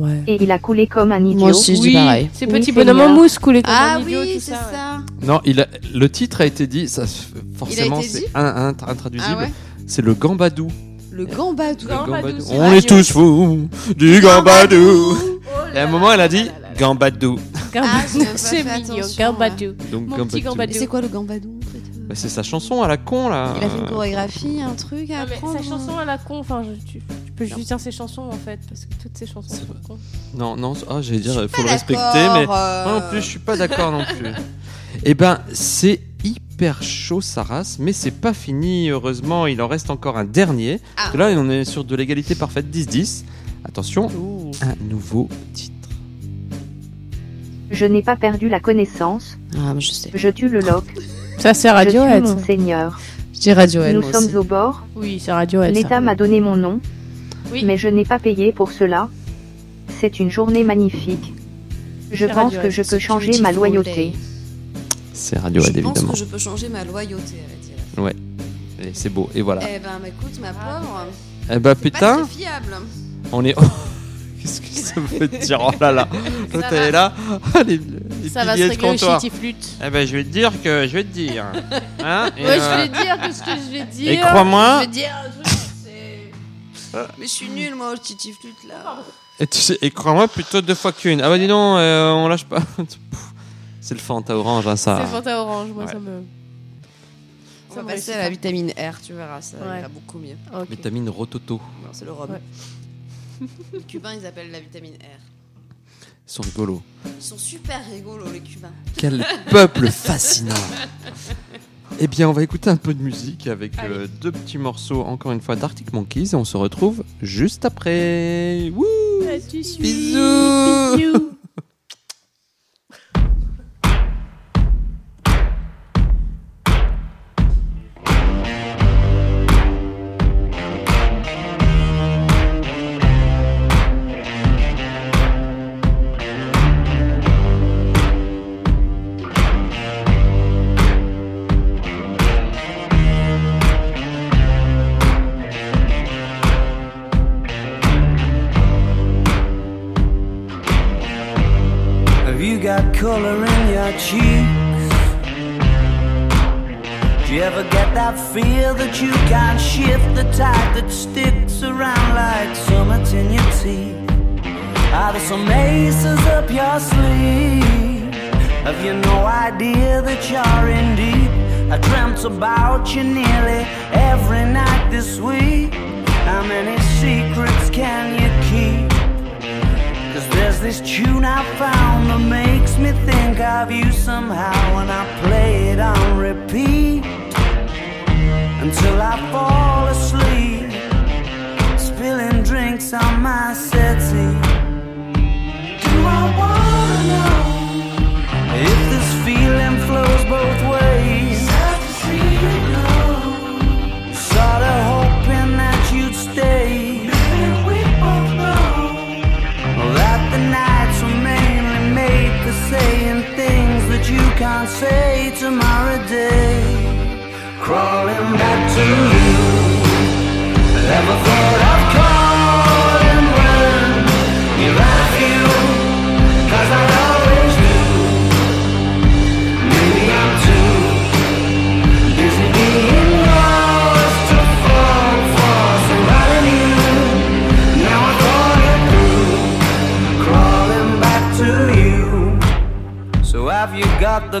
Ouais. Et il a coulé comme un idiot. Moi aussi, je dis Oui, pareil. c'est Oui, petit Seigneur. bonhomme en mousse coulé comme Ah un idiot, oui, tout c'est ça. ouais. ça. Ah Non, il a- le titre a été dit, ça, se- forcément, été c'est dit un- un- intraduisible. Ah ouais C'est le gambadou. Le Le gambadou. Gambadou, c'est On radio. est tous fous du gambadou. Et à un moment, elle a dit gambadou. Ah, j'ai même pas C'est fait mignon, attention, Gambadou. Donc Mon petit Et gambadou. c'est quoi le gambadou en fait Bah, c'est sa chanson à la con là. Il a fait une chorégraphie, un truc à Ah, mais apprendre. Sa chanson à la con, enfin, je- tu, tu peux juste dire ses chansons en fait, parce que toutes ses chansons C'est sont vrai. cons. Non, non, ah, j'allais dire, il faut le respecter, euh. mais moi non plus, je suis pas d'accord non *laughs* plus. Eh ben, c'est hyper chaud, sa race, mais c'est pas fini, heureusement, il en reste encore un dernier. Ah. Parce que Là, on est sur de l'égalité parfaite 10-10. Attention, un nouveau titre. Je n'ai pas perdu la connaissance. Ah, mais je sais. Je tue le loc. Ça, c'est Je suis Radiohead. mon seigneur. Je dis Radiohead, Nous moi sommes aussi. au bord. Oui, c'est Radiohead. ça. L'État m'a donné mon nom. Oui. Mais je n'ai pas payé pour cela. C'est une journée magnifique. Je C'est pense Radiohead. que je peux changer ma loyauté. C'est Je Radiohead, pense évidemment. que je peux changer ma loyauté, elle dire. Et c'est beau, et voilà. Eh ben, mais écoute, ma Ah, pauvre, Eh ben, c'est pas putain, très fiable. on est. *laughs* Qu'est-ce que ça veut dire Oh là là L'autre, Ça elle va. est là. *laughs* Ah, les, les Ça va se piliers de régler comptoir. au flûte. Eh ben, je vais te dire que je vais te dire. Hein Et, *laughs* Ouais, je euh, vais dire que ce que je vais dire. et crois-moi. Je vais dire un truc, c'est. Mais je suis nulle, moi, au titi flûte là. Et, tu sais- et crois-moi plutôt deux fois qu'une. Ah bah dis donc, euh, on lâche pas. *laughs* Pouf. C'est le Fanta orange, hein, ça. C'est Fanta Orange, moi Ouais. ça me. On va Ça me passer réussit à la vitamine R, tu verras, ça Ouais. ira beaucoup mieux. pas. Ok. Vitamine rototo. Non, c'est le rhum. Ouais. les Cubains, ils appellent la vitamine R. Ils sont rigolos. Ils sont super rigolos, les Cubains. Quel *laughs* peuple fascinant. Eh bien, on va écouter un peu de musique avec euh, deux petits morceaux, encore une fois, d'Arctic Monkeys. Et on se retrouve juste après. Wouh Ah, tu suis. Bisous. Bisous. Have you got color in your cheeks? Do you ever get that feel that you can't shift the tide that sticks around like summits in your teeth? Are there some aces up your sleeve? Have you no idea that you're in deep? I dreamt about you nearly every night this week. How many secrets can you keep? Cause there's this tune I found that makes me think of you somehow And I play it on repeat Until I fall asleep Spilling drinks on my settee Do I wanna know If this feeling flows both ways Sorta hoping that you'd stay we both know that the nights were mainly made for saying things that you can't say tomorrow day. Crawling back to you. Never thought I'd call and run. You love you, cause I always do. Maybe I'm too busy being lost to fall for surrounding you. Now I thought it through crawling back to you. So have you got the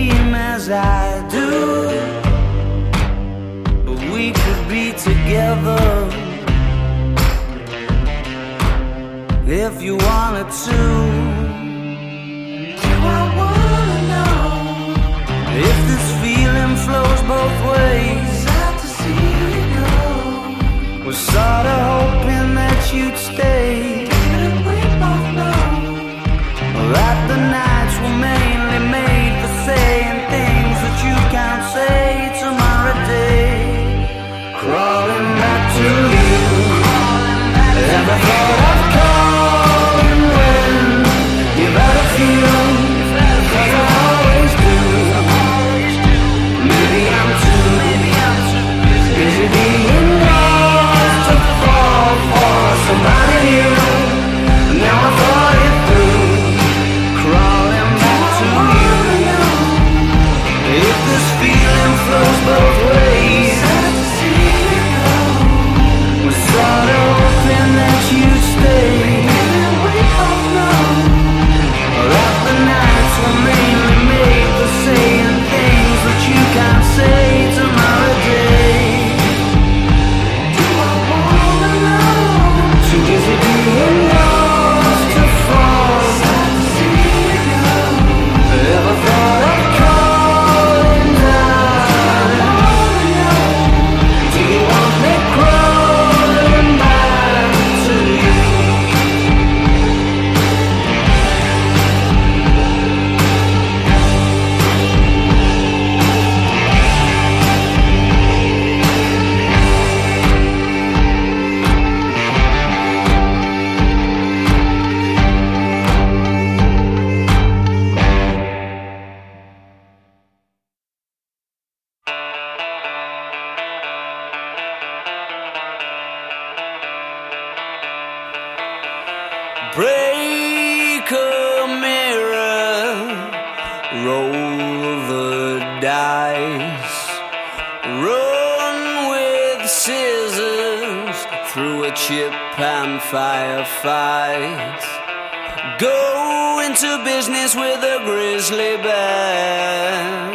as I do, but we could be together if you wanted to. I wanna know. If this feeling flows both ways, sad to see you go. Was sorta hoping that you'd stay. Didn't we both know that the nights were mainly made for saying things that you can't say tomorrow day? Crawling back to you. Never thought I'd calling when you better feel. 'cause I always do. Maybe I'm too, maybe I'm too busy being lost to fall for somebody new. Now I thought it through, crawling back to you. If this feeling flows both ways, was sort of hoping that you'd stay. That the nights were mainly made for saying things that you can't say tomorrow day. Do I wanna know? Too busy being lost to fall. Sad to see you go. Ever thought of calling down? Do you want me crawling back to you? Break a mirror, roll the dice, run with scissors through a chip and firefight. Go into business with a grizzly bear,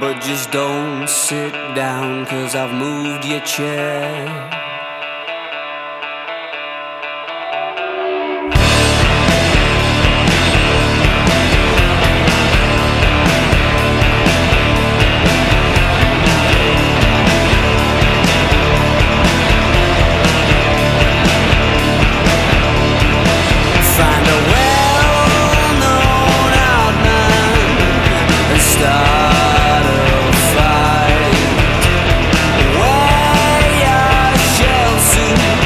but just don't sit down, cause I've moved your chair. Find a well-known outman and start a fight. Wear your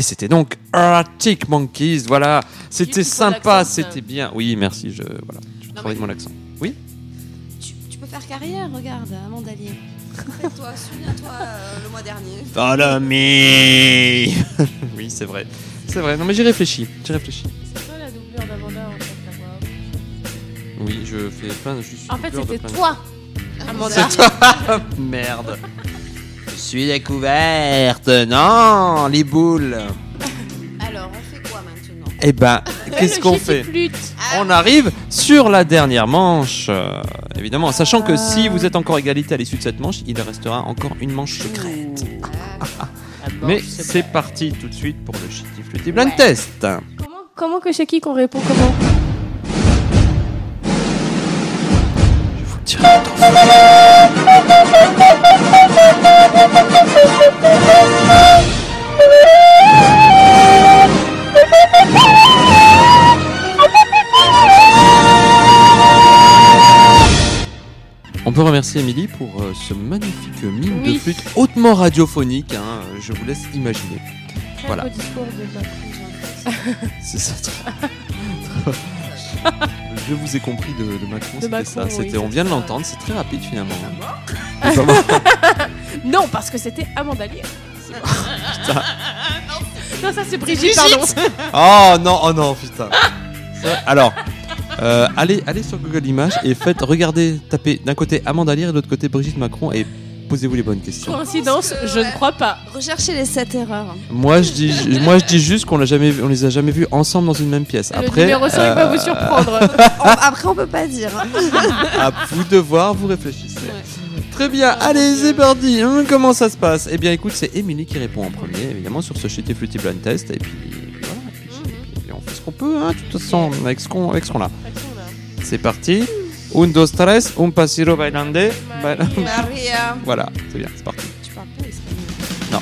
c'était donc Arctic Monkeys. Voilà, c'était pour sympa, l'accent, ça. c'était bien. Oui, merci. Je voilà, je travaille mon accent. Tu, tu peux faire carrière, regarde, à Mandalier. toi souviens-toi euh, le *laughs* mois dernier. Follow me. *laughs* oui, c'est vrai, c'est vrai. Non, mais j'ai réfléchi, j'ai réfléchi. C'est toi la doubleur d'Amanda en fait, la voix. Oui, je fais plein. de- Je suis En fait, doubleur de c'était plein de- toi, Amanda. C'est toi Merde. *laughs* Je suis découverte. Non, les boules. Alors, on fait *laughs* quoi maintenant Eh ben, qu'est-ce qu'on fait On arrive sur la dernière manche, euh, évidemment, sachant que si vous êtes encore égalité à l'issue de cette manche, il restera encore une manche secrète. Euh, Mais c'est parti tout de suite pour le Shitty Flutty Blind Test. Comment, comment que chez qui qu'on répond comment Faut tirer dans le feu. On peut remercier Émilie pour euh, ce magnifique mime de Oui. flûte hautement radiophonique. hein, euh, je vous laisse imaginer. Très Voilà. beau discours de Macron. C'est ça. *laughs* je vous ai compris de, de Macron. De C'était Macron, ça. oui, Ah C'était. c'est on vient de ça. l'entendre. C'est très rapide finalement. *laughs* genre. Non, parce que c'était Amanda Lear. *laughs* non, ça c'est Brigitte, pardon. Oh non, oh non, putain. Ça, Alors, euh, allez, allez sur Google Images et faites, regardez, tapez d'un côté Amanda Lear et de l'autre côté Brigitte Macron et posez-vous les bonnes questions. Coïncidence, Je pense que, je ne ouais. crois pas. Recherchez les 7 erreurs. Moi, je dis, je- moi, je dis juste qu'on l'a jamais, vu- on les a jamais vus ensemble dans une même pièce. le Après, numéro 5 euh, va vous *laughs* surprendre. Ah. On- Oh, après, on peut pas dire. hein. à vous de voir, vous réfléchissez. Très bien, allez, c'est parti. Hein, comment ça se passe Eh bien, écoute, c'est Émilie qui répond en premier, évidemment, sur ce shitty flutty blind test. Et puis, voilà. Et puis, et puis, on fait ce qu'on peut, hein, de toute façon, avec ce qu'on avec ce qu'on a. C'est parti. Un, dos, tres, un pasiro bailande. Baila- *laughs* Maria. Voilà, c'est bien, c'est parti. Tu parles pas espagnol.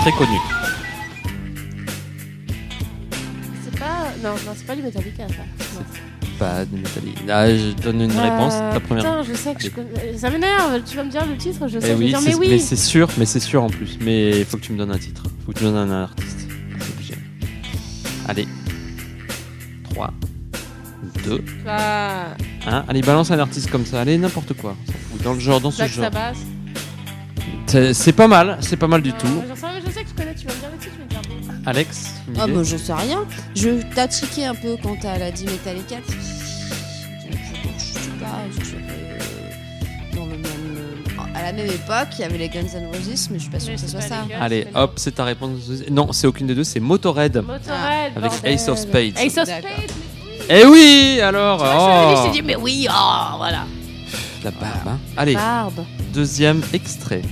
Très connu. C'est pas. Non, non c'est pas du Metallica ça. Non. Pas de Bah, Nathalie. Là, je donne une réponse. Euh, Ta première. Putain, je sais que je connais- euh, Ça m'énerve, tu vas me dire le titre, je sais, Eh je vais dire c'est- mais mais oui. c'est sûr, mais c'est sûr en plus. Mais il faut que tu me donnes un titre. Faut que tu me donnes un artiste. C'est obligé. Allez. 3, 2, Ah, 1. Allez, balance un artiste comme ça. Allez, n'importe quoi. On s'en fout. Dans le genre, dans ce Black genre. Sabbath. C'est c'est pas mal, c'est pas mal du Ah, tout. j'en sais rien, mais je sais que je connais, tu vas me dire le titre, je vais te dire. Alex une Ah idée bah j'en sais rien. Je t'attiquais un peu quand elle a dit Metallica. Je, je- je sais pas, je suis dans le même... euh, À la même époque, il y avait les Guns N' Roses, mais je suis pas sûre Mais que ce c'est soit pas ça. les gars, Allez, c'est les- hop, c'est ta réponse. Non, c'est aucune des deux, c'est Motorhead. Motorhead. Ah, Avec bordel. Ace of Spades. Ace of D'accord. Spades. Eh oui, alors Tu vois, je l'avais dit, je oh. t'ai dit, mais oui, oh, voilà. La barbe, hein. Allez, Barbe. deuxième extrait.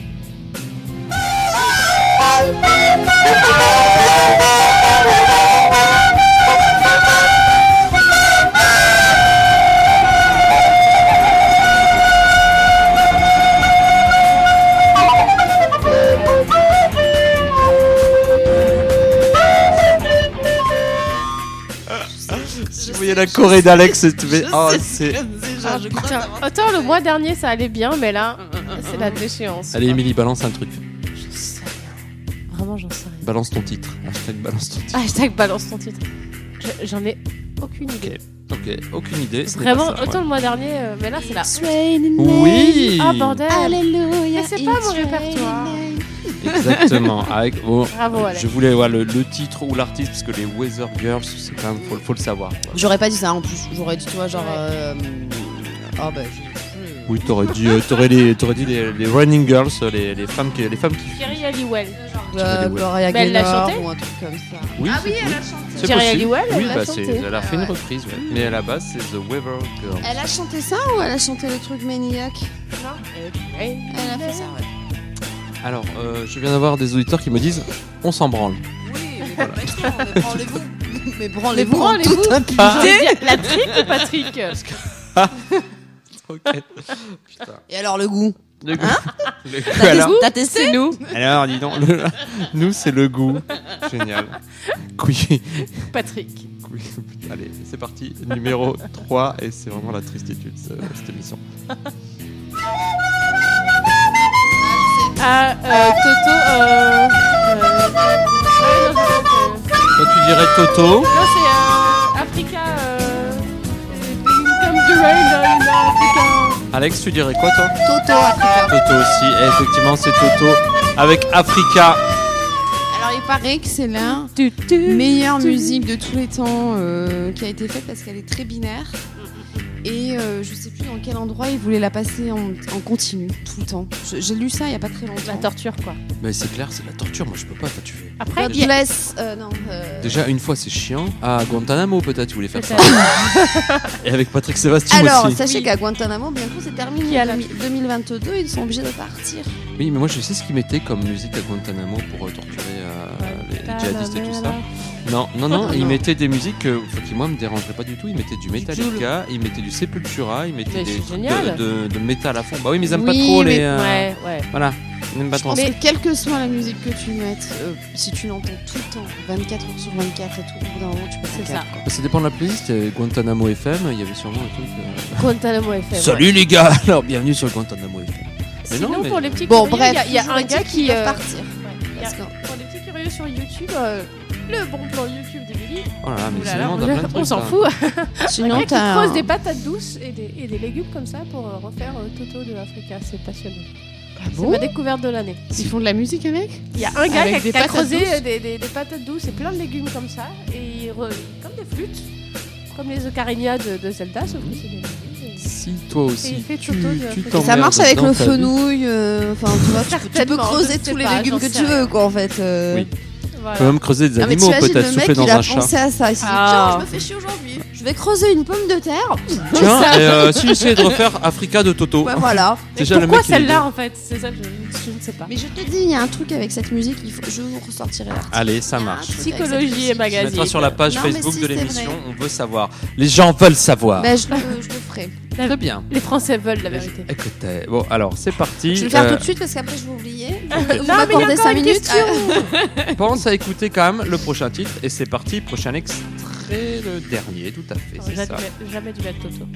Si vous voyez la Corée d'Alex, c'est... Oh, c'est... Ah, putain. Autant le mois dernier ça allait bien, mais là, Ah, c'est la déchéance. Allez, Émilie, balance un truc. J'en sais rien. Vraiment, j'en sais rien. Balance ton titre. Hashtag balance ton titre. Hashtag balance ton titre. Je- J'en ai aucune idée. Ok, aucune idée. ce n'est Ah. Vraiment, pas ça, autant le mois dernier, euh, mais là, c'est Ah. la. ouais. Oui Ah, bordel. Alléluia. Mais c'est pas mon répertoire. Exactement. Avec, oh, Bravo, Alex. je voulais voir le, le titre ou l'artiste, parce que les Weather Girls, c'est quand même, faut, faut le savoir. quoi. J'aurais pas dit ça en plus. J'aurais dit toi genre... Ouais. euh, Ah bah... je- Oui, t'aurais dit, euh, t'aurais les, t'aurais dit les, les Running Girls, euh, les, les femmes qui, les femmes qui. Jerry Halliwell. Euh, ouais. Gloria Mais Bah, elle l'a Gaynor chanté ou un truc comme ça. Oui, ah c'est- oui, elle a chanté. c'est Jerry possible. Halliwell, elle Oui, l'a bah, chanté. Ah c'est- elle a fait une Ouais, ouais. reprise, ouais. Mais à la base, c'est The Weather Girls. Elle a chanté ça ou elle a chanté le truc Maniac Elle a fait ça, ouais. Alors, euh, je viens d'avoir des auditeurs qui me disent, on s'en branle. Oui, mais complètement, mais branlez-vous. *laughs* Mais Les branlez-vous. bras, en les toute bouts. Ah, impunité. La trique ou Patrick *laughs* Ok. Et alors le goût Le goût. *laughs* Le goût, T'as alors. testé- T'as testé nous Alors, dis donc, le- *laughs* nous, c'est le goût. Génial. Couille. Patrick. couille. Allez, c'est parti. Numéro 3, et c'est vraiment la tristitude, ce- cette émission. Ah, euh, Toto. Euh, euh, ah, non, c'est- Toi, tu dirais Toto. non, c'est euh, Africa. Euh, Come the rain, là, il y a Africa. Alex, tu dirais quoi, toi Toto Africa. Toto aussi. Et effectivement, c'est Toto avec Africa. Alors il paraît que c'est la meilleure musique de tous les temps euh, qui a été faite parce qu'elle est très binaire. Et euh, je sais plus dans quel endroit ils voulaient la passer en, en continu tout le temps. Je- J'ai lu ça il y a pas très longtemps. La torture, quoi. Mais c'est clair, c'est la torture. Moi, je peux pas. Enfin, tu fais. Après, God il y a- bless. euh, non. euh, Déjà, une fois, c'est chiant. À Guantanamo, peut-être, tu voulais faire ça. Et avec Patrick Sébastien Alors, aussi. sachez qu'à Guantanamo, bientôt c'est terminé. Qui a la- 2022, ils sont obligés de partir. Oui, mais moi, je sais ce qu'ils mettaient comme musique à Guantanamo pour euh, torturer euh, les les djihadistes et tout ça. Non, non, non, Ah, ils non. mettaient des musiques euh, enfin, qui, moi, me dérangeraient pas du tout. Ils mettaient du Metallica, ils mettaient du Sepultura, ils mettaient Mais des c'est trucs génial. de, de, de métal à fond. Bah oui, mais ils aiment Oui, pas trop mais- les. euh, Ouais, ouais. Voilà, ils n'aiment pas Je trop. pense que quelle que soit la musique que tu mettes, euh, si tu l'entends tout le temps, 24 heures sur 24 et tout, au bout d'un moment tu passes C'est un ça. cap, quoi. Ça dépend de la playlist. euh, Guantanamo FM, il y avait sûrement un truc. euh, Guantanamo FM. Salut les gars, *laughs* alors bienvenue sur Guantanamo FM. Mais Sinon, non, mais- pour les petits Bon, curieux, il y a- bref, il y, a toujours un est-il gars qu'ils qui. peuvent euh, partir. il y a- Parce que- pour les petits curieux sur YouTube, euh, le bon plan YouTube d'Emilie. Oh là là, mais Ouh là c'est là, vraiment, on a plein de *laughs* on trucs, s'en là. fout. Sinon, Mec, il t'as creuse un- des patates douces et des, et des légumes comme ça pour euh, refaire euh, Toto de l'Africa. C'est passionnant. Ah bon c'est ma découverte de l'année. Ils font de la musique avec Il y a un gars Avec qui des a, qui a patates creusé douces euh, des, des- des patates douces et plein de légumes comme ça. Et il re- comme des flûtes, comme les ocarina de, de Zelda, sauf que c'est des légumes. Si toi Et il aussi, fait tu, Toto de- tu Ça t'emmerdes ça marche avec dans le ta vie. fenouil. euh, Enfin, tu vois, tu peux- tu, peux Certainement, creuser je sais tous les pas, légumes j'en que sais tu veux, rien. quoi, en fait. euh. Oui. Voilà. Tu peux même creuser des Ah, mais animaux, t'imagines peut-être le mec, souffler dans il a un chat. pensé à ça. Il s'est dit, Ah. tiens, je me fais chier aujourd'hui. Je vais creuser une pomme de terre. Oh. Tiens, et, euh, si j'essayais de refaire Africa de Toto, Bah voilà. Mais *laughs* déjà le pourquoi mec. il est- celle-là en fait C'est ça que je, je ne sais pas. Mais je te dis, il y a un truc avec cette musique, il faut... je vous ressortirai l'article. Allez, ça marche. Psychologie et On magazine. mettra sur la page Non, mais Facebook si, de c'est l'émission. vrai. On veut savoir. Les gens veulent savoir. Ben, Bah, je, le, je le ferai. Très bien. Les Français veulent la vérité. Écoutez, bon, alors c'est parti. Je vais le faire Euh, tout de suite parce qu'après je vais oublier. Vous Non, mais il y a m'accordez encore 5 une minutes question. pense à écouter quand même le prochain titre et c'est parti. Prochain extrait, le dernier, tout à fait. C'est J'aurais ça. dû mettre- jamais dû mettre Toto.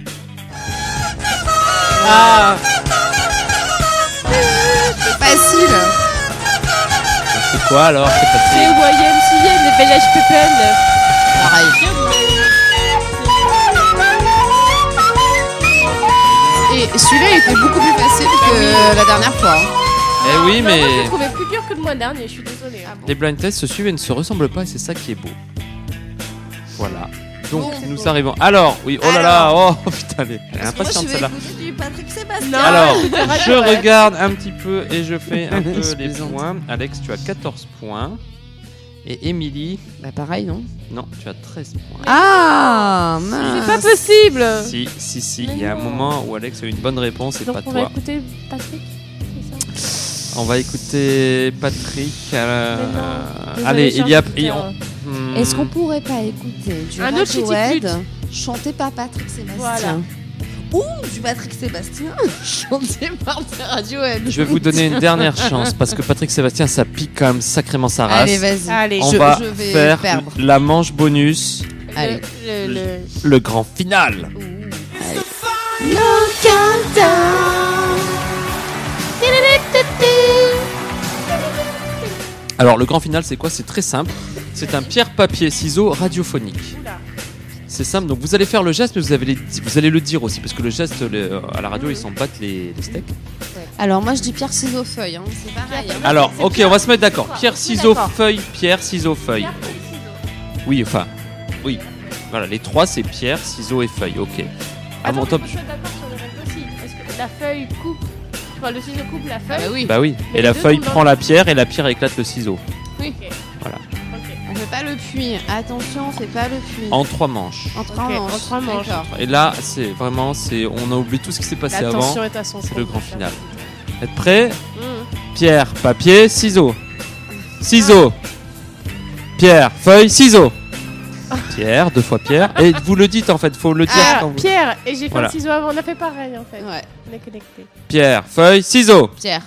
Ah, Ah, Facile c'est quoi alors C'est C'est parti. YMCA, les voyages people. Et celui-là, il était beaucoup plus facile que la dernière fois. hein. Eh oui, Non, mais moi, je le trouvais plus dur que le mois dernier, je suis désolée. hein. les blind tests se suivent et ne se ressemblent pas et c'est ça qui est beau. Voilà. Donc Bon, c'est nous beau. arrivons. Alors, oui. Oh là là. Oh *laughs* putain, elle est- elle est Parce que Moi, impatiente je vais celle-là. écouter du Patrick Sébastien. Non, Ah, Alors, c'est vrai, je ouais. regarde un petit peu et je fais *laughs* un peu Je les plaisante. points. Alex, tu as 14 points. Et Émilie, Bah pareil, non non, tu as 13 points. Ah C'est pas possible Euh, Si, si, si, Mais il y a un non. moment où Alex a eu une bonne réponse et Donc pas on toi. va écouter Patrick, c'est ça On va écouter Patrick. euh, Mais non. Désolée, Allez, cher il y a. auditeur. et on- Hmm. Est-ce qu'on pourrait pas écouter du Un autre Radiohead Chitty chanté par Patrick Sébastien Voilà. Du Patrick Sébastien. *laughs* Chanté par Radiohead. Je vais vous donner *laughs* une dernière chance parce que Patrick Sébastien, ça pique quand même sacrément sa race. Allez, vas-y. Allez, on je- va je vais faire perdre. la manche bonus, Allez. Le, le- le- le grand final. Alors, le grand final, c'est quoi C'est très simple. C'est un pierre-papier-ciseau radiophonique. Oula. C'est simple, donc vous allez faire le geste, mais vous, avez les- vous allez le dire aussi, parce que le geste, le- à la radio, ils s'en battent les, les steaks. Alors, moi, je dis pierre, ciseaux, feuille. Hein. C'est pareil. hein. Alors, Ah, c'est ok, Pierre, on va se mettre d'accord. ciseaux. Pierre, Oui, ciseaux, d'accord. feuille, pierre, ciseaux, feuille. Pierre, feuille, ciseaux. Oui, enfin, oui. Voilà, les trois, c'est pierre, ciseaux et feuille, ok. À Attends, mon mais top. faut se mettre d'accord sur les règles aussi. Parce que la feuille coupe. Enfin, le ciseau coupe la Ah feuille. bah oui, Bah oui, Mais et la les deux feuille sont dans prend le- la pierre et la pierre éclate le ciseau. Ok. Voilà. Ok. on fait pas le puits. Attention, on fait pas le puits. En trois manches. En trois Ok, manches. en trois manches. D'accord. Et là, c'est vraiment, c'est, on a oublié tout ce qui s'est passé La avant. tension est à son c'est comble. le grand final. Êtes prêts Mmh. Pierre, papier, ciseaux. Ciseaux. Pierre, feuille, ciseaux. Pierre, deux fois Pierre. Et vous le dites en fait, faut le dire Ah, quand vous- Pierre Et j'ai fait Voilà. le ciseau avant, on a fait pareil en fait. Ouais, On est connectés. Pierre, feuille, ciseaux. Pierre.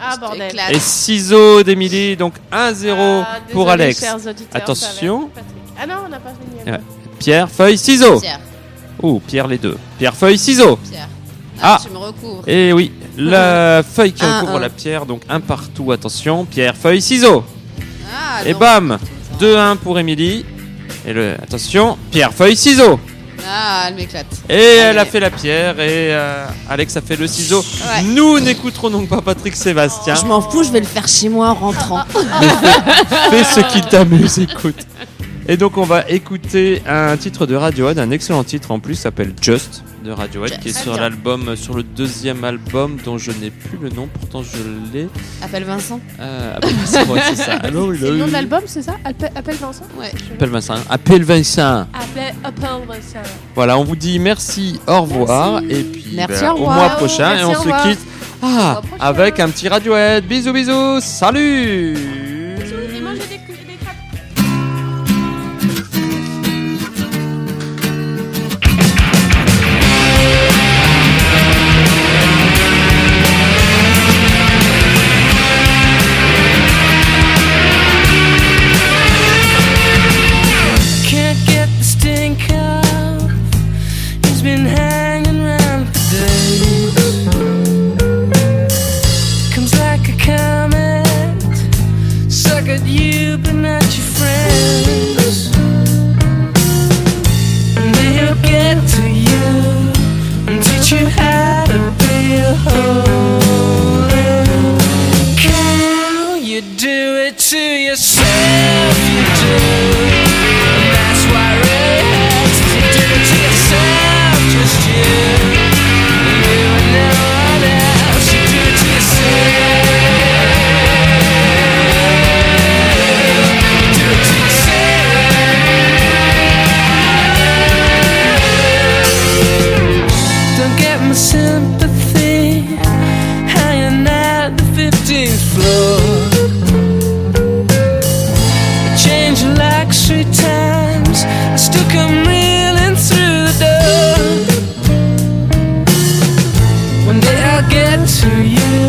Ah Je bordel t'éclate. Et ciseaux d'Emilie, donc 1-0 Ah, désolé, pour Alex. chers auditeurs, ça va être Attention. Patrick. Ah non, on n'a pas fini. Ouais. Pierre, feuille, ciseaux. Pierre. Oh, Pierre les deux. Pierre, feuille, ciseaux. Pierre. Ah. Tu me recouvres. Et oui, Ah. la feuille qui Un, recouvre un. la pierre, donc un partout, attention. Pierre, feuille, ciseaux. Ah, Et non. bam 2-1 pour Émilie. Et le, attention, pierre, feuille, ciseaux. Ah, elle m'éclate. Et elle a fait la pierre et euh, Alex a fait le ciseau. Ouais. Nous n'écouterons donc pas Patrick Sébastien. Je m'en fous, je vais le faire chez moi en rentrant. Ah, Fais ce qui t'amuse, écoute. Et donc on va écouter un titre de Radiohead, un excellent titre en plus, s'appelle Just de Radiohead, qui est sur bien. l'album, euh, sur le deuxième album dont je n'ai plus le nom, pourtant je l'ai. Appelle Vincent. Euh, ah bah, c'est vrai, c'est ça. Alors, il *laughs* C'est le a nom eu- de l'album, c'est ça Appel, Appel Vincent Ouais. Appelle Vincent. Appelle Vincent. Appel, Appel Vincent. Voilà, on vous dit merci, au revoir, et puis Merci, au bah, au revoir. mois prochain, Merci, et on au revoir. se quitte ah, Au revoir. avec un petit Radiohead. Bisous, bisous, salut Et moi j'ai des, cou- des craques. Can't get the stink out. He's been hanging around for days. Comes like a comet. Suck at you, but not your friends. And they'll get to you and teach you how to be a hoe. Can you do it to yourself? You do. That's why relax. Do it to yourself, just you. You and no one else. You do it to yourself. You do it to yourself. Don't get my sympathy. Hanging out the 15th floor. Change like three times. I still come reeling through the door. One day I'll get to you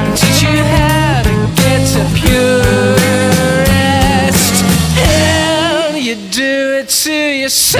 and teach you how to get to purest. Hell, you do it to yourself.